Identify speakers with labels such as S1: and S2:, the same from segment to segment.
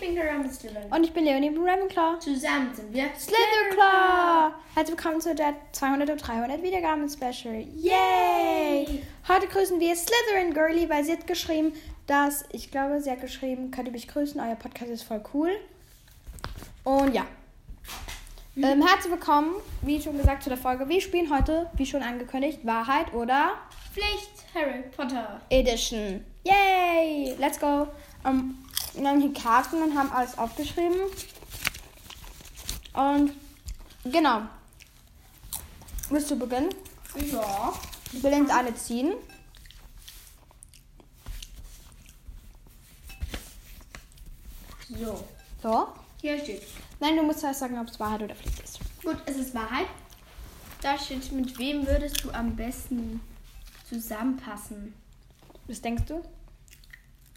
S1: bin Slytherin.
S2: Und ich bin Leonie von Ravenclaw.
S1: Zusammen sind wir
S2: Slytherin! Herzlich willkommen zu der 200 und 300 Wiedergaben Special. Yay!
S1: Yay!
S2: Heute grüßen wir Slytherin Girlie, weil sie hat geschrieben, dass, ich glaube, sie hat geschrieben, könnt ihr mich grüßen, euer Podcast ist voll cool. Und ja. Ähm, herzlich willkommen, wie schon gesagt, zu der Folge. Wir spielen heute, wie schon angekündigt, Wahrheit oder
S1: Pflicht Harry Potter.
S2: Edition. Yay! Let's go! Ähm, wir haben hier Karten und haben alles aufgeschrieben. Und genau. Willst du beginnen?
S1: Ja.
S2: Ich will jetzt eine ziehen.
S1: So.
S2: So.
S1: Hier steht.
S2: Nein, du musst erst sagen, ob es Wahrheit oder Pflicht ist.
S1: Gut, es ist Wahrheit. Da steht, mit wem würdest du am besten zusammenpassen?
S2: Was denkst du?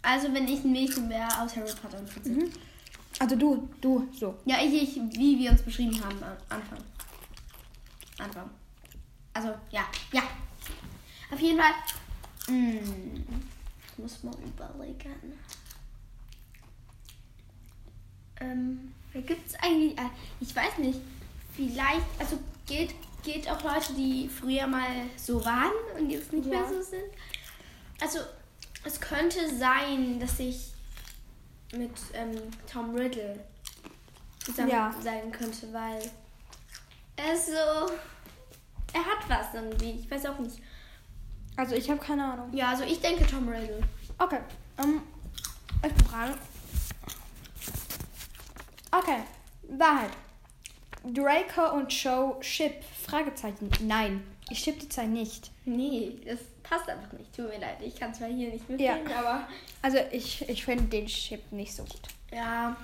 S1: Also, wenn ich ein Mädchen wäre aus Harry Potter im Prinzip.
S2: Also du, du, so.
S1: Ja, ich, ich, wie wir uns beschrieben haben am Anfang. Anfang. Also, ja, ja. Auf jeden Fall. Hm, muss man überlegen. Ähm, da gibt es eigentlich. äh, Ich weiß nicht. Vielleicht, also geht, geht auch Leute, die früher mal so waren und jetzt nicht
S2: Ja.
S1: mehr so sind. Also, es könnte sein, dass ich mit ähm, Tom Riddle zusammen
S2: Ja.
S1: sein könnte, weil er ist so. Er hat was irgendwie. Ich weiß auch nicht.
S2: Also ich habe keine Ahnung.
S1: Ja, also ich denke Tom Riddle.
S2: Okay. Ähm, ich bin dran. Okay. Wahrheit. Draco und Cho ship? Fragezeichen. Nein. Ich ship die zwei nicht.
S1: Nee, das passt einfach nicht. Tut mir leid, ich kann zwar hier nicht
S2: Ja.
S1: mitnehmen, aber.
S2: Also ich, ich finde den Ship nicht so gut.
S1: Ja.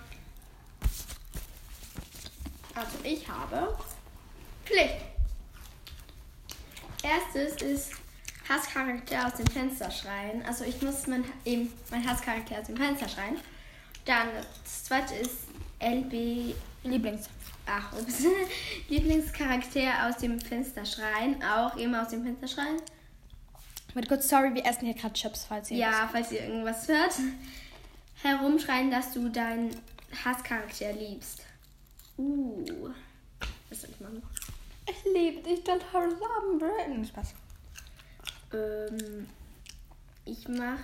S1: Also ich habe Pflicht. Erstes ist Hasscharakter aus dem Fenster schreien. Also ich muss mein, eben mein Hasscharakter aus dem Fenster schreien. Dann das zweite ist LB.
S2: Lieblings.
S1: Ach, ups. Lieblingscharakter aus dem Fenster schreien. Auch immer aus dem Fenster schreien.
S2: Mit kurz, sorry, wir essen hier gerade Chips, falls ihr
S1: Ja, falls ihr irgendwas hört. Herumschreien, dass du deinen Hasscharakter liebst. Uh. Was soll ich machen?
S2: das- Ich liebe dich, dann haben wir. Spaß.
S1: Ähm, ich mach.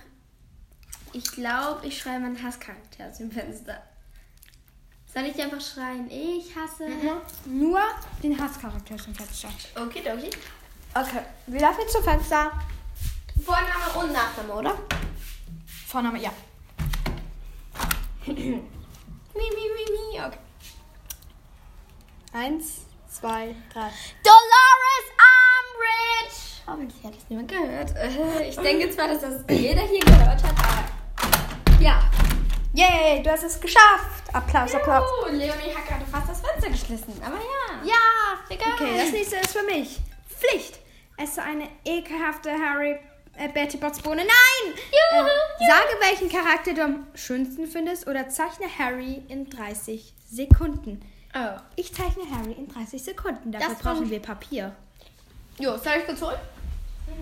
S1: Ich glaube, ich schreie meinen Hasscharakter aus dem Fenster. Soll ich einfach schreien? Ich hasse.
S2: Nur den Hasscharakter zum Fenster.
S1: Okay, okay.
S2: Okay, wir laufen jetzt zum Fenster.
S1: Vorname und Nachname, oder?
S2: Vorname, ja.
S1: Mi, mi, mi, mi. Okay.
S2: Eins, zwei, drei.
S1: Dolores Umbridge!
S2: Hoffentlich hat es niemand
S1: gehört. Äh, Ich denke zwar, dass das jeder hier gehört hat, aber ja.
S2: Yay, du hast es geschafft. Applaus, Applaus.
S1: Oh, Leonie hat gerade fast das Fenster geschlissen, aber ja.
S2: Ja,
S1: egal.
S2: Okay, das nächste ist für mich. Pflicht. Esse eine ekelhafte Harry äh, Betty Botts Bohne. Nein!
S1: Juhu,
S2: Ähm,
S1: juhu.
S2: Sage, welchen Charakter du am schönsten findest oder zeichne Harry in 30 Sekunden.
S1: Oh.
S2: Ich zeichne Harry in 30 Sekunden. Dafür
S1: Das
S2: brauchen
S1: brauch-
S2: wir Papier.
S1: Jo, soll ich kurz holen?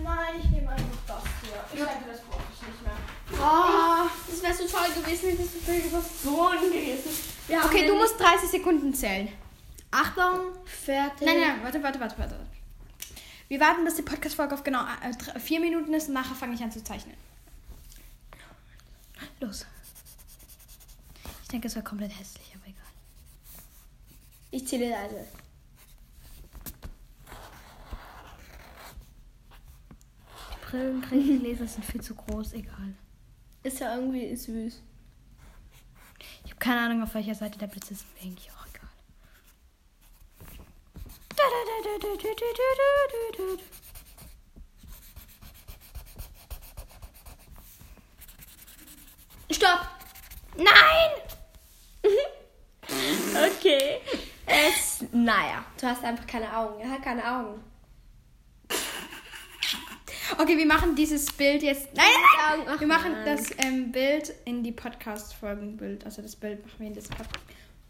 S2: Nein, ich nehme einfach das hier. Ich denke, das brauche ich nicht mehr.
S1: Oh, das wäre so toll gewesen, wenn das so viel Personen gewesen. Wir haben
S2: Okay, du
S1: den-
S2: musst 30 Sekunden zählen. Achtung!
S1: fertig.
S2: Nein, nein, warte, warte, warte, warte. Wir warten, bis die Podcast-Folge auf genau äh, drei- vier Minuten ist und nachher fange ich an zu zeichnen. Los. Ich denke, es war komplett hässlich, aber egal.
S1: Ich zähle also. leise.
S2: Die Brillen, Gläser sind viel zu groß, egal.
S1: Ist ja irgendwie süß.
S2: Ich habe keine Ahnung, auf welcher Seite der Blitz ist, eigentlich auch egal.
S1: Stopp!
S2: Nein!
S1: Okay. Es, naja, du hast einfach keine Augen. Er hat keine Augen.
S2: Okay, wir machen dieses Bild jetzt. Nein, nein, nein.
S1: Ach,
S2: wir machen
S1: Mann.
S2: das ähm, Bild in die Podcast-Folgenbild. Also das Bild machen wir in das Podcast.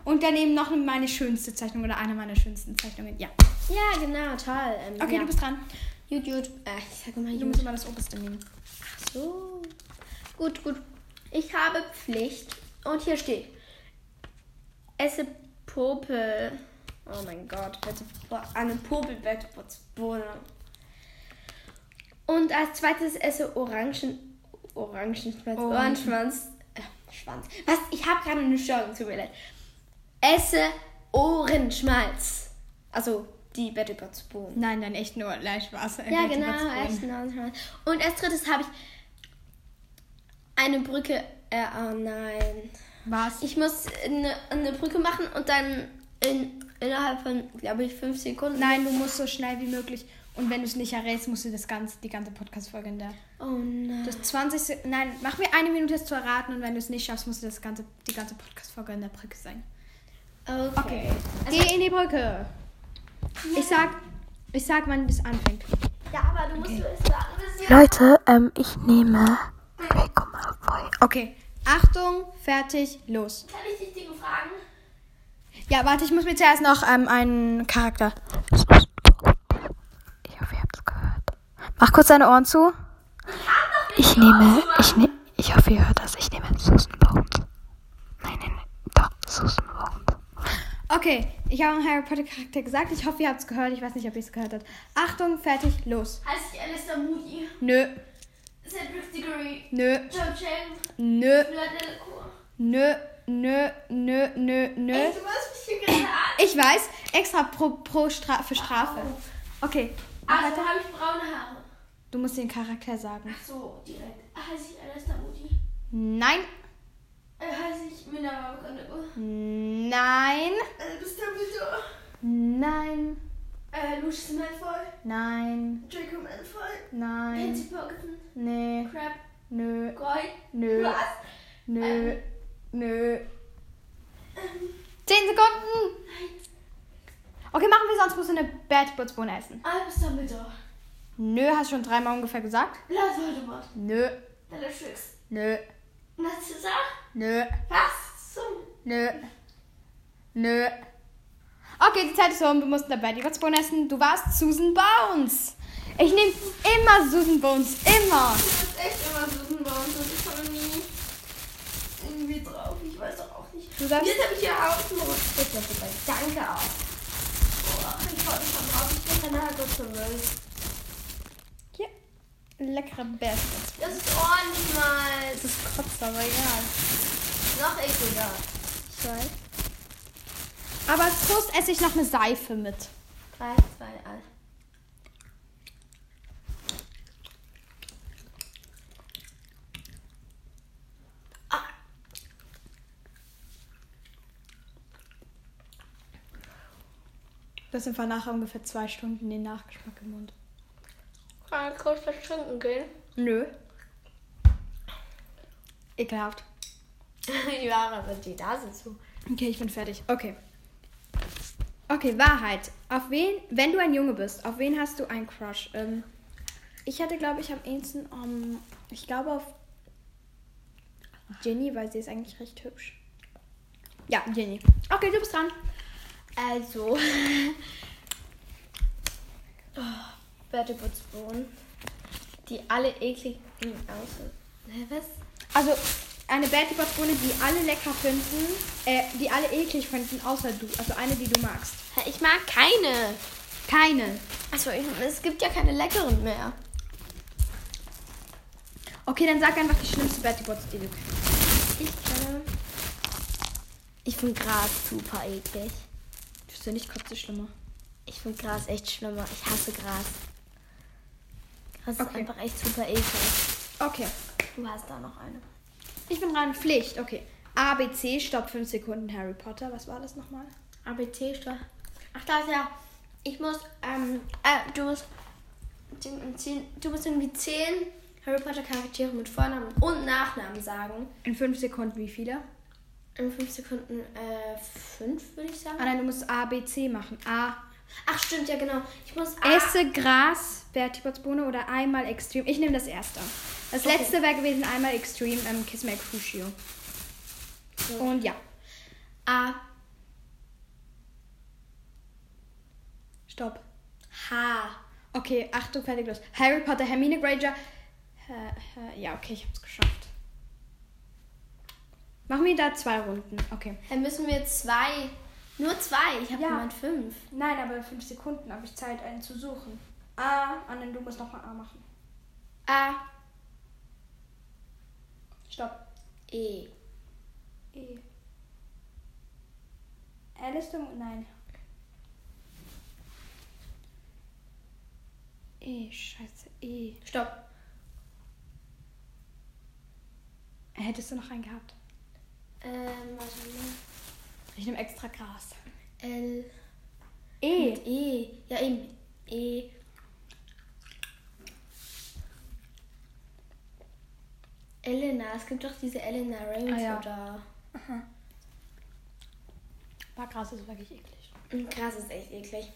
S2: Und daneben noch meine schönste Zeichnung oder eine meiner schönsten Zeichnungen. Ja.
S1: Ja, genau, toll. Ähm,
S2: Okay,
S1: ja.
S2: du bist dran.
S1: Gut, gut. Äh, ich sag immer
S2: Du
S1: gut.
S2: musst immer das oberste nehmen.
S1: So. Gut, gut. Ich habe Pflicht. Und hier steht. esse Popel. Oh mein Gott, bitte vor- eine Popelbettbotsbohne. Und als zweites esse Orangen. Orangenschwanz.
S2: Orangen-
S1: Ohrenschwanz. Äh, Schwanz. Was? Ich habe gerade eine Störung, tut mir leid. Esse Ohrenschmalz. Also die Bettbotsbohnen.
S2: Nein, dann echt nur äh, leicht Spaß.
S1: Ja, genau. Essen Ohrenschmalz. Und als drittes habe ich eine Brücke. Äh, oh nein.
S2: Was?
S1: Ich muss eine, eine Brücke machen und dann in, innerhalb von, glaube ich, fünf Sekunden.
S2: Nein, du musst so schnell wie möglich. Und wenn du es nicht errätst, musst du das ganze, die ganze Podcast-Folge in der.
S1: Oh nein.
S2: Das 20 Se Nein, mach mir eine Minute das zu erraten und wenn du es nicht schaffst, musst du das ganze, die ganze Podcast-Folge in der Brücke sein.
S1: Okay. Also-
S2: Geh in die Brücke. Ich sag, ich sag, wann das anfängt.
S1: Ja, aber du musst es sagen. Das ist
S3: Leute, ähm, ich nehme Draco Malfoy.
S2: Okay. Achtung, fertig, los.
S1: Kann ich dich Dinge fragen?
S2: Ja, warte, ich muss mir zuerst noch ähm, einen Charakter.
S3: Es ist tot. Ich hoffe, ihr habt es gehört. Mach kurz deine Ohren zu. Ich nehme, ich nehme, ich hoffe, ihr hört das. Ich nehme Susan Bones. Nein, nein, nein. Doch, Susan Bones.
S2: Okay, ich habe einen Harry Potter Charakter gesagt. Ich hoffe, ihr habt es gehört. Ich weiß nicht, ob ihr es gehört habt. Achtung, fertig, los.
S1: Heißt dich Alistair Moody,
S2: Nö,
S1: Cedric Diggory,
S2: nö,
S1: Joe Chang,
S2: nö,
S1: Vlad Delcourt.
S2: nö, nö, nö, nö, nö.
S1: Du hast mich hier getan.
S2: Ich weiß, extra pro, pro Stra für Strafe. Okay,
S1: Also habe ich braune Haare.
S2: du musst den Charakter sagen.
S1: Ach so, direkt. Heiße ich Alistair Moody?
S2: Nein,
S1: Äh, Heiße ich Minerva McGonagall?
S2: nein,
S1: Äh, bist du bitte?
S2: nein,
S1: Äh, Lucius Malfoy,
S2: nein,
S1: Draco Malfoy,
S2: nein,
S1: Pansy Parkinson,
S2: nee,
S1: Crab,
S2: nö,
S1: Goy,
S2: nö,
S1: was?
S2: nö, nö.
S1: Ähm,
S2: Zehn Sekunden! Okay, machen wir sonst musst du eine Bad Birds Bohne essen.
S1: Albus Dumbledore,
S2: Nö, hast schon dreimal ungefähr gesagt.
S1: Lord Voldemort,
S2: Nö,
S1: Bellatrix,
S2: nö,
S1: Narcissa,
S2: nö,
S1: was zum...
S2: nö, nö. Okay, die Zeit ist um. Wir mussten eine Bad Birds Bohne essen. Du warst Susan Bones. Ich nehme immer Susan Bones. Immer.
S1: Das ist echt immer so bei uns und ich komme nie irgendwie drauf, ich weiß doch auch nicht.
S2: Du darfst-
S1: Jetzt habe ich hier Augenbrot. Bitte, bitte, danke auch. Oh, ich wollte schon drauf, ich bin keine Haare
S2: Hier. Leckere Bad Birds.
S1: Das ist ordentlich mal
S2: Das ist kotzt, aber egal.
S1: noch ekliger.
S2: Ich weiß. Aber als Trost esse ich noch eine Seife mit.
S1: 3, 2, 1.
S2: Das sind wir nachher ungefähr zwei Stunden den Nachgeschmack im Mund.
S1: Kann ich kurz was trinken gehen?
S2: Nö. Ekelhaft.
S1: Die Ware sind die Nase zu.
S2: Okay, ich bin fertig. Okay. Okay, Wahrheit. Auf wen, wenn du ein Junge bist, auf wen hast du einen Crush? Ähm, ich hatte, glaube ich, am ehesten, ähm, ich glaube auf Jenny, weil sie ist eigentlich recht hübsch. Ja, Jenny. Okay, du bist dran.
S1: Also. Wörterputzbohnen, die alle eklig aussehen. Hä, was?
S2: Also eine Bertie-Patrone, die alle lecker finden, äh, die alle eklig finden, außer du. Also eine, die du magst.
S1: Hä, Ich mag keine.
S2: Keine.
S1: Achso, ich- es gibt ja keine leckeren mehr.
S2: Okay, dann sag einfach die schlimmste Bertie-Bots, die du kennst.
S1: Ich glaube. Ich finde Gras super eklig.
S2: Das ist ja nicht kotze schlimmer.
S1: Ich finde Gras echt schlimmer. Ich hasse Gras. Gras ist
S2: Okay.
S1: einfach echt super eklig.
S2: Okay.
S1: Du hast da noch eine.
S2: Ich bin dran. Pflicht. Okay. A, B, C, stopp 5 Sekunden, Harry Potter. Was war das nochmal?
S1: ABC Stoff. Ach, da ist ja. Ich muss, ähm, äh, du musst, den- zehn- du musst irgendwie zehn Harry Potter Charaktere mit Vornamen und Nachnamen sagen.
S2: In 5 Sekunden wie viele?
S1: In fünf Sekunden, äh, fünf würde ich
S2: Ah
S1: sagen.
S2: nein, du musst A, B, C machen. A,
S1: Ach, stimmt, ja, genau. Ich muss A.
S2: esse Gras, Bertie-Bots-Bohne oder einmal Extreme. Ich nehme das erste. Das
S1: Okay.
S2: letzte wäre gewesen einmal Extreme, ähm, Kiss My Crucio. Und ja.
S1: A.
S2: Stopp.
S1: H.
S2: Okay, Achtung, fertig, los. Harry Potter, Hermine Granger. Äh, äh, ja, okay, ich hab's geschafft. Machen wir da zwei Runden. Okay.
S1: Dann müssen wir zwei. Nur zwei. Ich habe
S2: Ja.
S1: gemeint fünf.
S2: Nein, aber in fünf Sekunden habe ich Zeit, einen zu suchen. A, Annen, du musst nochmal A machen.
S1: A,
S2: Stopp.
S1: E.
S2: E. Alice, du, nein. E, scheiße, E.
S1: Stopp.
S2: Hättest du noch einen gehabt?
S1: Ähm, warte mal.
S2: Ich nehme extra Gras.
S1: L.
S2: E.
S1: Mit E. Ja, eben. E. Elena, es gibt doch diese Elena Rains
S2: Ah, ja.
S1: oder.
S2: Aber Gras ist wirklich eklig.
S1: Mm, Krass, ist echt eklig.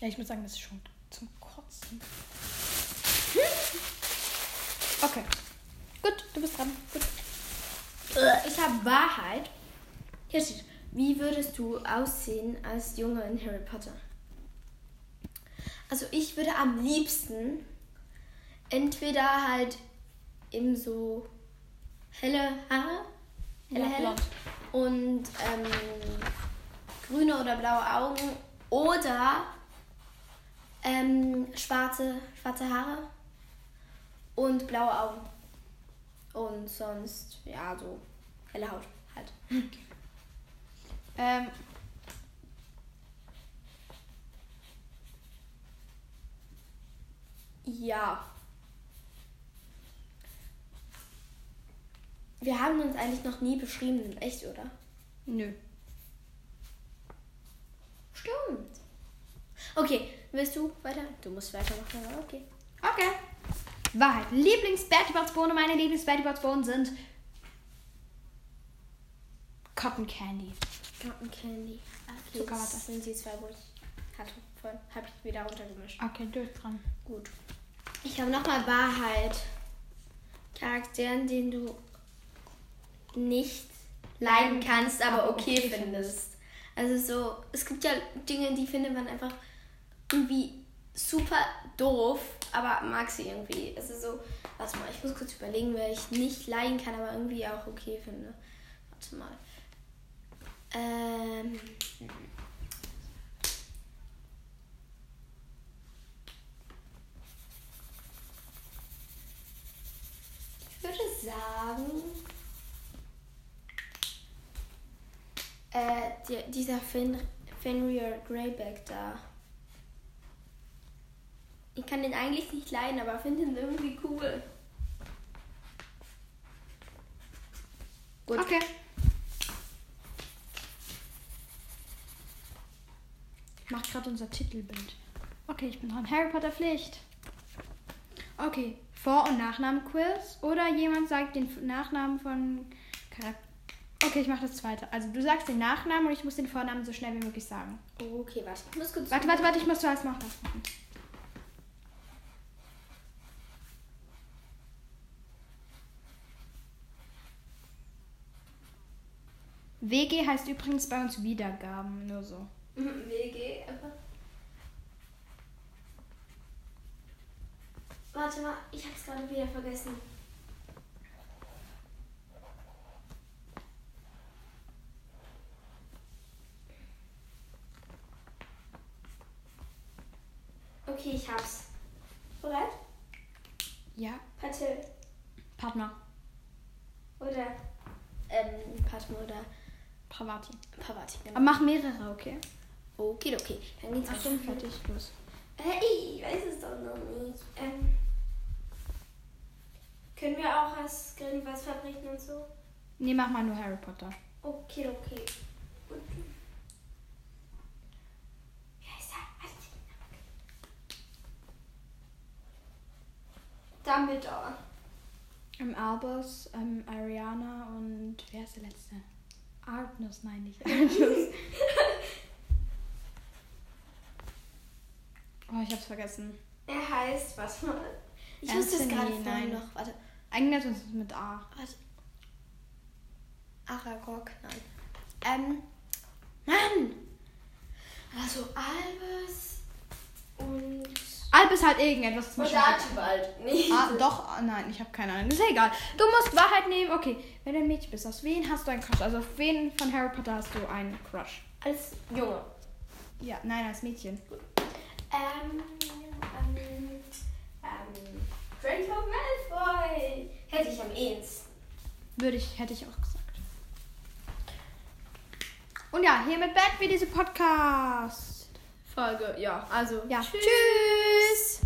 S2: Ja, ich muss sagen, das ist schon zum Kotzen. Okay. Gut, du bist dran. Gut.
S1: Ich habe Wahrheit. Hier steht, wie würdest du aussehen als Junge in Harry Potter? Also ich würde am liebsten entweder halt eben so helle Haare, helle,
S2: Ja,
S1: helle
S2: blond.
S1: und ähm, grüne oder blaue Augen oder ähm, schwarze, schwarze Haare und blaue Augen. Und sonst, ja, so helle Haut halt.
S2: Ähm.
S1: Ja. Wir haben uns eigentlich noch nie beschrieben, echt, oder?
S2: Nö.
S1: Stimmt. Okay, willst du weiter? Du musst weitermachen, aber okay.
S2: Okay. Wahrheit. lieblings bohnen meine lieblings bohnen sind Cotton Candy.
S1: Cotton Candy. Okay,
S2: Zuckerwatte.
S1: das sind die zwei, wo ich hatte. Vorhin habe ich wieder runtergemischt.
S2: Okay, du bist dran.
S1: Gut. Ich habe nochmal Wahrheit. Charakteren, den du nicht leiden kannst, aber okay findest. Also so, es gibt ja Dinge, die findet man einfach irgendwie super doof, aber mag sie irgendwie. Es ist so, warte mal, ich muss kurz überlegen, wer ich nicht leiden kann, aber irgendwie auch okay finde. Warte mal. Ähm. Ich würde sagen, äh, die, dieser Fen Fenrir Greyback da. Ich kann den eigentlich nicht leiden, aber finde ihn irgendwie cool. Gut.
S2: Okay. Macht gerade unser Titelbild. Okay, ich bin dran. Harry Potter Pflicht. Okay, Vor- und Nachnamen-Quiz. Oder jemand sagt den F- Nachnamen von Charakter. Okay, ich mache das zweite. Also du sagst den Nachnamen und ich muss den Vornamen so schnell wie möglich sagen.
S1: Okay, warte. Ich muss kurz.
S2: Warte, warte, warte, ich muss zuerst machen. das machen. WG heißt übrigens bei uns Wiedergaben, nur so.
S1: Mhm, WG, aber. Warte mal, ich hab's gerade wieder vergessen. Okay, ich hab's. Bereit?
S2: Ja,
S1: Patil.
S2: Partner,
S1: Oder. Ähm, Padma oder
S2: Pravati.
S1: Pavati, genau.
S2: Aber mach mehrere, okay?
S1: Okay, okay. Dann geht's
S2: Ach, schon fertig, los.
S1: Hey, ich weiß es doch noch nicht. Ähm, können wir auch als Grillen was verbrechen und so?
S2: Nee, mach mal nur Harry Potter.
S1: Okay, okay. Gut. Wie heißt er? Halt den Namen. Dumbledore.
S2: Im Albus, ähm, Ariana und wer ist der letzte? Artnus, nein, nicht oh, ich hab's vergessen.
S1: Er heißt, was mal. Ich
S2: Ernst
S1: wusste es gerade
S2: nehmen,
S1: vorhin
S2: nein.
S1: noch. Warte,
S2: Eigentlich ist es mit A.
S1: warte. Aragog, nein. Ähm, Mann! Also Albus und
S2: Alp ist halt irgendetwas. Zum
S1: Und
S2: Beispiel-
S1: der Archibald. Nee.
S2: ah, doch, ah, nein, ich habe keine Ahnung. Ist ja egal. Du musst Wahrheit nehmen. Okay, wenn du ein Mädchen bist, auf wen hast du einen Crush? Also auf wen von Harry Potter hast du einen Crush?
S1: Als Junge.
S2: Ja, nein, als Mädchen.
S1: Ähm, ähm, ähm, Draco Malfoy. Hätte ich am ehesten.
S2: Würde ich, hätte ich auch gesagt. Und ja, hiermit beenden wir diese Podcast.
S4: Folge, ja. Also,
S2: Ja, tschüss.